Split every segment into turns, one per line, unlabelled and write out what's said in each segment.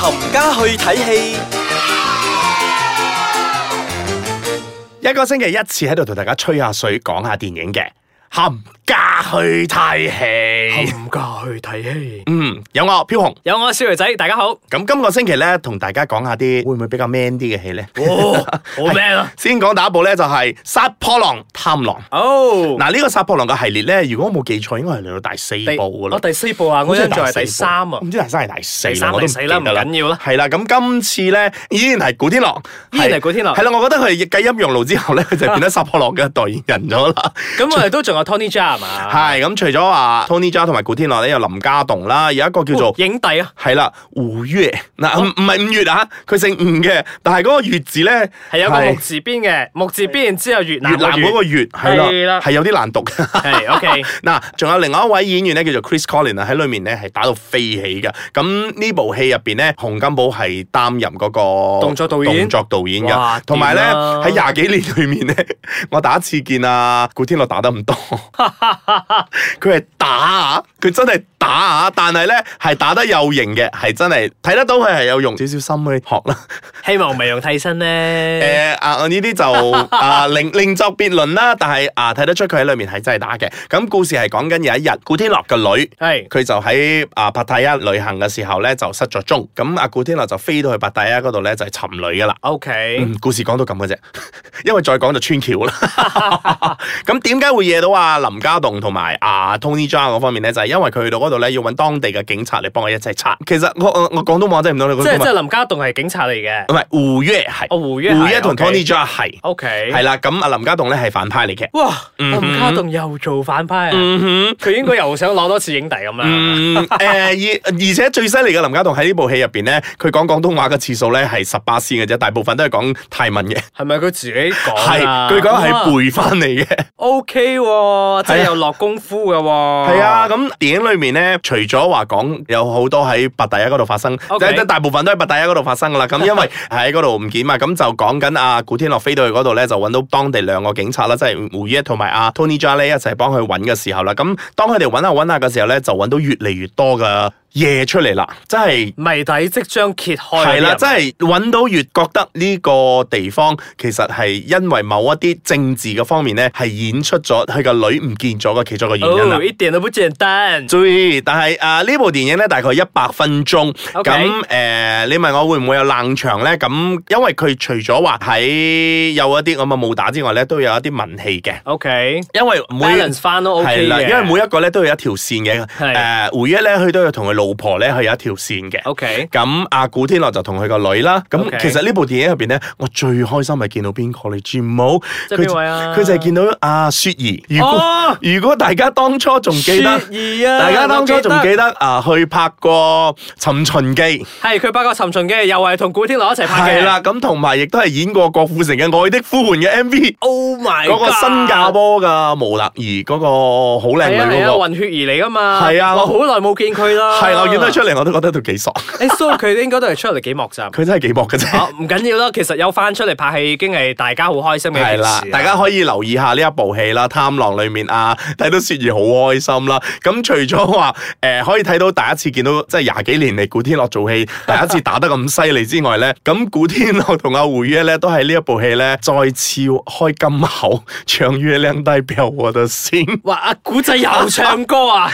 冚家去睇戲，
一個星期一次喺度同大家吹下水，講下電影嘅，冚家去睇戲。
冚家去睇戲。
嗯，有我飄紅。
有我小肥仔，大家好。
咁今個星期咧，同大家講下啲會唔會比較 man 啲嘅戲咧？
哦，好 man 啊！
先講第一部咧，就係、殺破狼貪狼。
哦，
嗱，呢個殺破狼嘅系列咧，如果我冇記錯，應該係嚟到第四
第
部噶
我
啦。
第四部啊，我印象係第三啊
我。唔知第三係第四啦，
第三
我都
第四啦
記得
唔緊要啦
係啦，咁今次咧依然係古天樂，
依然係古天樂
係啦，我覺得佢繼陰陽路之後咧，佢就變咗殺破狼嘅代言人咗啦。
咁我哋都仲有 Tony Jaa 係嘛？
係咁，除咗話 Tony Jaa 同埋古天樂咧，有林家棟啦，有一個叫做
哦。影帝啊，
係啦，胡月嗱，唔唔係五月啊，佢姓吳嘅，但係嗰個月字咧
係有個木
係
字邊嘅，木字邊然之後越
越
南
南嗰
個
個月係
係
啦，
啦
係有啲難讀。
係 OK。
嗱，仲有另外一位演員咧，叫做 Chris Collin 啊，喺裏面咧係打到飛起嘅。咁呢部戲入邊咧，洪金寶係擔任嗰個
動作導演
動作導演
哇
嘅。同埋咧
掂啦
喺廿幾年裏面咧，我第一次見啊古天樂打 得咁多，佢係打啊，佢真係打啊，但係咧係打得有型嘅，係真係睇得到佢係有用少少心去學啦。
希望未用替身咧。
誒啊！我呢啲就啊 另另作別論啦，但係啊睇得出佢喺裏面係真係打嘅。咁故事係講緊有一日古天樂嘅女。
係
佢就喺啊帕塔亞旅行嘅時候咧就失咗蹤，咁啊古天樂就飛到去帕塔亞嗰度咧就係尋女噶啦。
OK。
嗯，故事講到咁嘅啫， 因為再講就穿橋啦。 咁點解會惹到啊林家棟同埋啊 Tony Jaa 嗰方面咧？就係、因為佢去到嗰度咧，要揾當地嘅警察嚟幫佢一齊查。其實我我我廣東話真係唔到
即
你講
係
廣
即
東
係
話，
林家棟係警察嚟嘅。
唔係胡月係，
哦胡月係
胡月同
OK
Tony Jaa 係。
OK。
係啦，咁啊林家棟咧係反派嚟嘅。
哇！
嗯
林家棟又做反派啊！
嗯
佢應該又想攞多次影帝咁啦。
嗯，誒而而且最犀利嘅林家棟喺呢部戲入邊咧，佢講廣東話嘅次數咧係十八先嘅啫，大部分都係講泰文嘅，
係咪佢自己
係
講啊？
佢講
哇
係背翻嚟嘅。
O K 喎，真
係
係
啊
有落功夫嘅喎。
係啊，咁電影裏面咧，除咗話講有好多喺白大一嗰度發生，即
OK
係大部分都喺白大一嗰度發生噶啦。咁 因為喺嗰度唔見嘛，咁就講緊啊古天樂飛到去嗰度咧，就揾到當地兩個警察啦，即係胡一同埋阿 Tony Jaa 咧一齊幫佢揾嘅時候啦。咁當佢哋揾下揾下嘅時候咧，就揾到越嚟越多嘅嘢出嚟啦，真係。
謎底即將揭開。
係啦，真
係
係揾到越覺得呢個地方其實係因為某一啲政治嘅方面咧，係演出咗佢個女唔見咗嘅其中一個原因啦
哦，。一點都不簡單。
注意，但係啊呢部電影咧大概一百分鐘，咁
OK
誒你問我會唔會有冷場咧？咁因為佢除咗話喺有一啲咁啊嘅武打之外咧，都有一啲文戲嘅。
O K，
因為每
balance 翻都 O
係
K
啦，
嘅。
因為每一個咧都有一條線嘅。
係
誒，胡一咧佢都有同佢老婆咧，佢有一條線嘅。
O K，
咁阿古天樂就同佢個女啦。咁
OK
其實呢部電影入邊咧，我最開心係見到邊個你知冇？
即係邊位啊
佢就係見到阿雪兒。如果、
哦
如果大家當初仲記得。
雪兒啊，
大家當初仲記
得
得啊，去拍過《尋秦記》，
係佢拍過《尋秦記》，又係同古天樂一齊拍嘅。
係啦，咁同埋亦都係演過郭富城嘅《愛的呼喚》嘅 MV，
，Oh my，
嗰個
God
新加坡嘅毛立兒嗰個好
係
靚
啊
女
係啊，
嗰個，
混血兒嚟噶嘛。
係啊
我好耐冇見佢啦。
係我 見到佢出嚟我都覺得佢幾爽，
誒，so 佢應該都係出嚟幾幕咋。
佢真係幾搏嘅啫。
哦，唔緊要啦，其實有翻出嚟拍戲已經係大家好開心嘅一件
係
事啊
啦，大家可以留意下呢一部戲啦，《貪狼》裏面啊， 睇到雪兒好開心啦。咁除咗話誒可以睇到第一次見到即係廿幾年嚟古天樂做 戲，第一次打得咁犀利之外咧，咁古天樂 同阿胡月咧都喺呢一部戲咧再次開金口，唱月亮代表我的心。
哇！阿古仔又唱歌啊！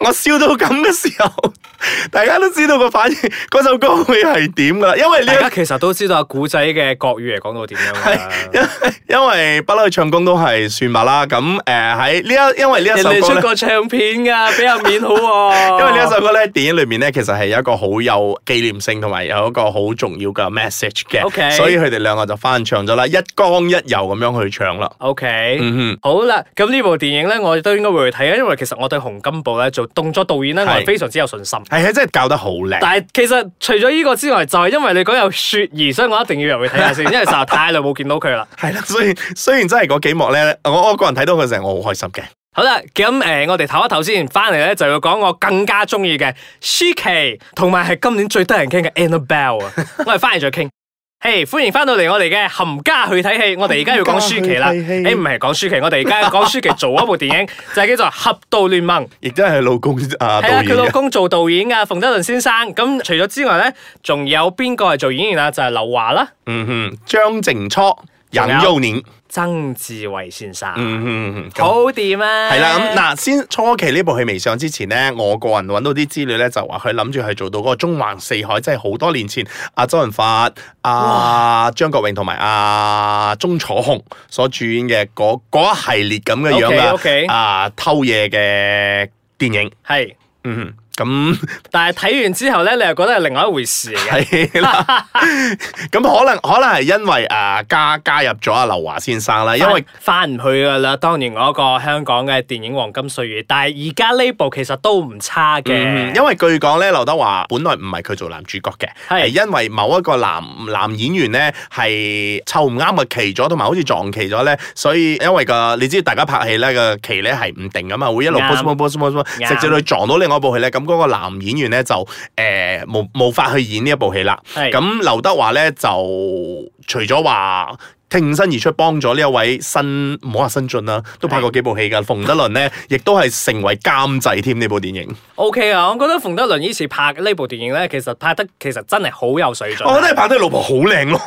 我笑到咁嘅時候， 大家都知道個反應，嗰首歌會係點噶啦，因為呢、
大
一
家其實都知道阿古仔嘅國語嚟講到點樣㗎啦
因因為不嬲佢唱功都係算吧啦，咁誒喺呢一因為呢 一
人
首
哋
歌
出
咧，
過唱片㗎，俾阿面好喎。
因為呢一首歌咧，電影裏面咧其實係有一個好有紀念性同埋有一個好重要嘅 message 嘅
OK
所以佢哋兩個就翻唱咗啦，一剛一柔咁樣去唱啦。
OK，、
嗯
好啦，咁呢部電影咧，我都應該會去睇啊，因為其實我對洪金寶咧做動作導演咧，我
係
係非常之有信心。
哼，係啊，真係教得好靚。
但係其實除咗呢個之外，就係、因為你講有雪兒，所以我一定要入去睇下先，因為實在太耐冇見到佢啦。
係啦，所以雖然真係嗰幾幕咧，我我個人睇到佢成，我好開心嘅。
好啦，咁誒、呃我哋唞一唞先，翻嚟咧就要講我更加中 意嘅舒淇，同埋係今年最得人傾嘅 Annabelle 啊，我哋翻嚟再傾。嘿歡迎翻到嚟我哋嘅冚家去睇戲，我哋而家要講舒淇啦。
冚家去睇戲
誒唔係講舒淇，我哋而家講舒淇做一部電影，就係叫做《俠盜聯盟》。
亦都係老公啊
係啊，
導演
佢老
嘅。
公做導演噶，馮德倫先生。咁除咗之外咧，仲有邊個係做演員啊？就係劉華啦，
嗯哼，張靜初、
仲有
楊佑年。
曾志偉先生。
嗯哼嗯哼，咁
好掂啊！
係啦，咁嗱，先初期呢部戲未上之前咧，我個人揾到啲資料咧，就話佢諗住係做到嗰個中環四海，即係好多年前阿周潤發、阿張國榮同埋阿鐘楚紅所主演嘅嗰嗰一系列咁嘅樣嘅
OK，OK
啊偷嘢嘅電影。
係，
嗯哼，咁
但係睇完之後咧，你又覺得係另外一回事嚟嘅。
係啦，咁可能可能係因為啊加加入咗阿劉華先生啦，因為
翻翻唔去噶啦，當年嗰個香港嘅電影黃金歲月，但係而家呢部其實都唔差嘅，
嗯，因為據講咧，劉德華本來唔係佢做男主角嘅，係
係
因為某一個男男演員咧係湊唔啱嘅期咗，同埋好似撞期咗咧，所以因為個你知大家拍戲咧個期咧係唔定噶嘛，會一路 push
啱
push push push push，
啱
直至到撞到另外一部戲咧，咁嗰個男演員咧就誒冇冇法去演呢一部戲啦。
係
咁劉德華咧就除咗話。挺身而出幫咗呢一位新唔好話新晉啦，都拍過幾部戲㗎。馮德倫咧，亦都係成為監製添呢部電影。
O K 啊，我覺得馮德倫呢次拍呢部電影咧，其實拍得其實真係好有水準。
我覺得佢哦拍得佢老婆好靚 咯，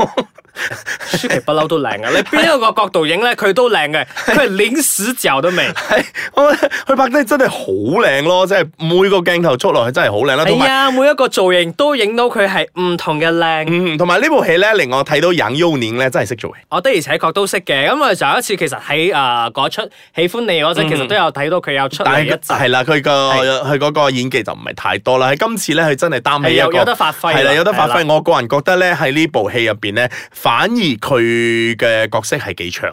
舒淇不嬲都靚嘅，啊你邊一個角度影咧，佢都靚 嘅，佢係連死角都未。
係我覺得哦佢拍得真係好靚咯，即係每個鏡頭捉落去真係好靚啦，同
係
埋。
啊，每一個造型都影到佢係唔同嘅靚。
嗯，同埋呢部戲咧，令我睇到楊優年咧真係識做嘅。
我的而且確都識嘅，咁我上一次其實喺誒嗰出喜歡你
嗯
嗰陣，其實都有睇到佢有出嚟
但
一
係
集，
係啦，佢個佢嗰個演技就唔係太多啦。喺今次咧，佢真係擔
係
起一
有
個
有得發揮，啊
係啦，有得發
係啦
揮。我個人覺得咧，喺呢部戲入邊咧，反而佢嘅角色係幾長。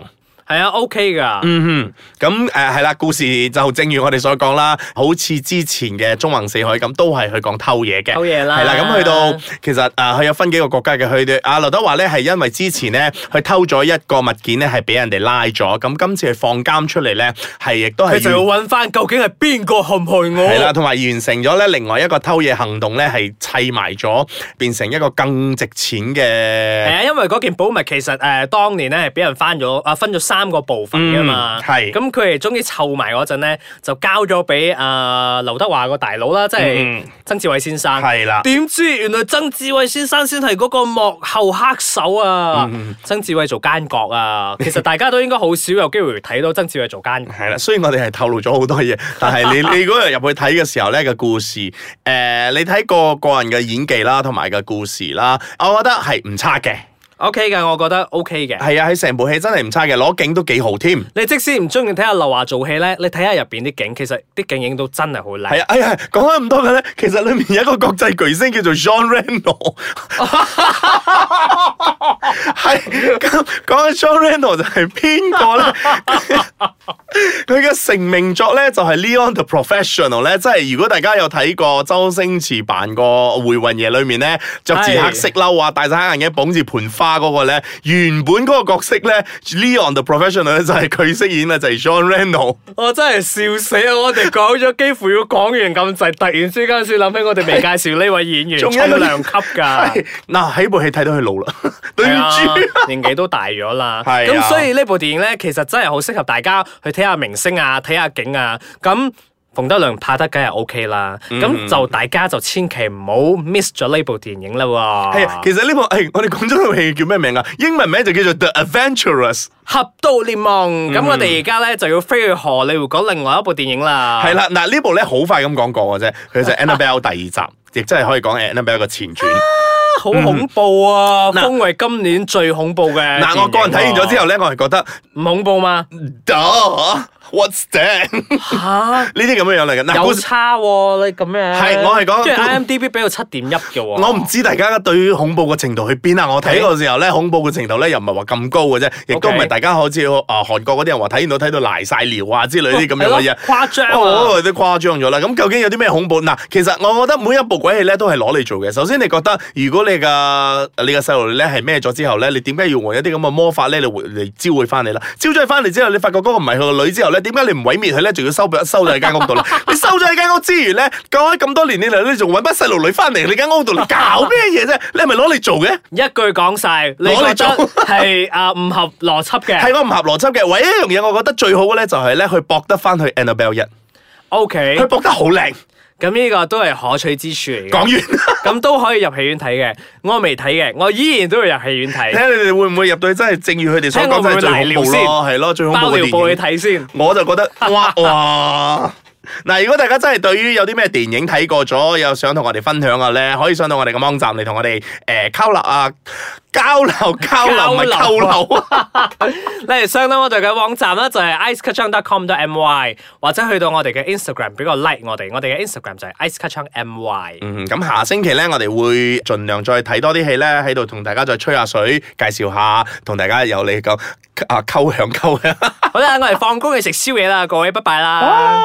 係啊，OK 噶，
嗯哼，咁誒係啦，故事就正如我哋所講啦，好似之前嘅《中橫四海》咁，都係佢講偷嘢嘅，
偷嘢啦
係啦，咁去到其實誒，佢、有分幾個國家嘅，佢哋阿劉德華咧係因為之前咧佢偷咗一個物件咧係俾人哋拉咗，咁今次佢放監出嚟咧係亦都係
佢就要
完
揾翻究竟係邊個陷害我。
係啦，同埋完成咗咧另外一個偷嘢行動咧係砌埋咗，變成一個更值錢
係
嘅。
啊，因為嗰件寶物其實誒、呃、當年咧係俾人翻咗啊分咗三個部分噶嘛，
嗯係
咁佢哋終於湊埋嗰陣咧，就交咗俾啊劉德華個大佬啦，即係
嗯
曾志偉先生。
係啦，
點知原來曾志偉先生先係嗰個幕後黑手啊！
嗯
曾志偉做奸角 啊！其實大家都應該好少有機會睇到曾志偉做奸角。
係啦，雖然我哋係透露咗好多嘢，但係你你嗰日入去睇嘅時候咧個故事，誒、你睇個個人嘅演技啦，同埋個故事啦，我覺得係唔差嘅，
O K 嘅，我覺得 O K 嘅。
係啊，喺成部戲真係唔差嘅，攞景都幾好添，
你即使唔中意睇下劉華做戲咧，你睇下入邊啲景，其實啲景影都真係好靚。
係啊，哎呀，講開咁多嘅咧，其實裏面有一個國際巨星叫做 John Reno，係咁講起 John Reno 就係邊個咧？佢嘅成名作咧就係、Leon the Professional 咧，即係如果大家有睇過周星馳扮個《回魂夜》裏面咧，着住黑色褸啊，戴晒黑眼鏡，綁住盆花嗰個咧，原本嗰個角色咧，Leon the Professional 咧就係佢飾演嘅，啊就係、John Reno。
我真係笑死啊！我哋講咗幾乎要講完咁滯，突然之間先諗起我哋未介紹呢位演員，
仲
重
有一個
量級㗎
係。嗱喺部戲睇到佢 老啦，對
係
唔
啊
住。，
年紀都大咗啦。
係啊
咁所以呢部電影咧，其實真係好適合大家去睇下明星啊，睇下景啊。咁馮德良拍得梗係 O K 啦。
嗯
咁、就大家就千祈唔好 miss 咗呢部電影啦
係啊，
喎。
其實呢部誒，我哋講咗套戲叫咩名啊？英文名就叫做 The Adventurous，
俠盜聯盟。咁、我
嗯
哋而家咧就要飛去荷里活講另外一部電影啦。
係啦。嗱呢部咧好快咁講過嘅啫，佢就係 Annabelle 第二集，亦真係可以講係 Annabelle 個前傳。
好恐怖啊！
嗱
封為今年最恐怖嘅。
嗱，我個人睇完咗之後，咧，我係覺得
唔恐怖嘛？
，Duh，what's that？呢
吓，
啲咁樣樣嚟嘅。嗱，
有
故事
差喎，你咁樣。
係我係講
即係
故
IMDB 俾到七點一嘅喎。
我唔知大家對於恐怖嘅程度去邊啦。我睇嗰時候咧，恐怖嘅程度咧又唔係話咁高嘅啫，亦都唔
OK
係大家好似啊韓國嗰啲人話睇完到睇到賴晒尿啊之類啲咁樣嘅嘢。
誇 張啊！
哦，有啲誇張咗啦。咁究竟有啲咩恐怖？嗱，其實我覺得每一部鬼戲咧都係攞嚟做嘅。首先，你覺得如果你嘅你嘅細路咧係咩咗之後咧，你點解要用一啲咁嘅魔法咧嚟回嚟召喚翻你啦？召咗佢翻嚟之後，你發覺嗰個唔係佢個女之後咧，咧，點解你唔毀滅佢咧？仲要收收咗喺間屋 度咧？你收咗喺間屋之餘咧，講咗咁多年以嚟，你仲揾班細路女翻嚟你間屋度嚟搞咩嘢啫？你係咪攞嚟 做嘅？
一句講晒，你
攞嚟
覺得
做
係啊唔合邏輯
係
嘅
我唔合邏輯嘅。唯一一樣嘢，我覺得最好嘅咧，就係咧，佢搏得翻去 Annabelle 一，
？OK，
佢搏得好靚。
咁呢個都係可取之處嚟嘅。
講完。
咁都可以入戲院睇嘅，我未睇嘅，我依然都會入戲院
睇
睇，
下你哋會唔會入到去真係正如佢哋所講，真係最恐怖咯，係咯，最恐怖
包
嘅
尿布
電
去
影。
睇先。
我就覺得哇哇！嗱，如果大家真係對於有啲咩電影睇過咗，又想同我哋分享嘅咧，可以上到我哋嘅網站嚟同我哋誒交流啊，交流交流咪
交
交
流
流啊！
你哋上到我哋嘅網站啦，就係 icekachang.com.my，或者去到我哋嘅 Instagram 俾個 like 我哋，我哋嘅 Instagram 就係 icekachangmy。
嗯，咁下星期咧，我哋會盡量再睇多啲戲咧，喺度同大家再吹下水，介紹下，同大家有你講啊溝響溝響。
好啦，我哋放工去食宵夜啦，各位，拜拜啦。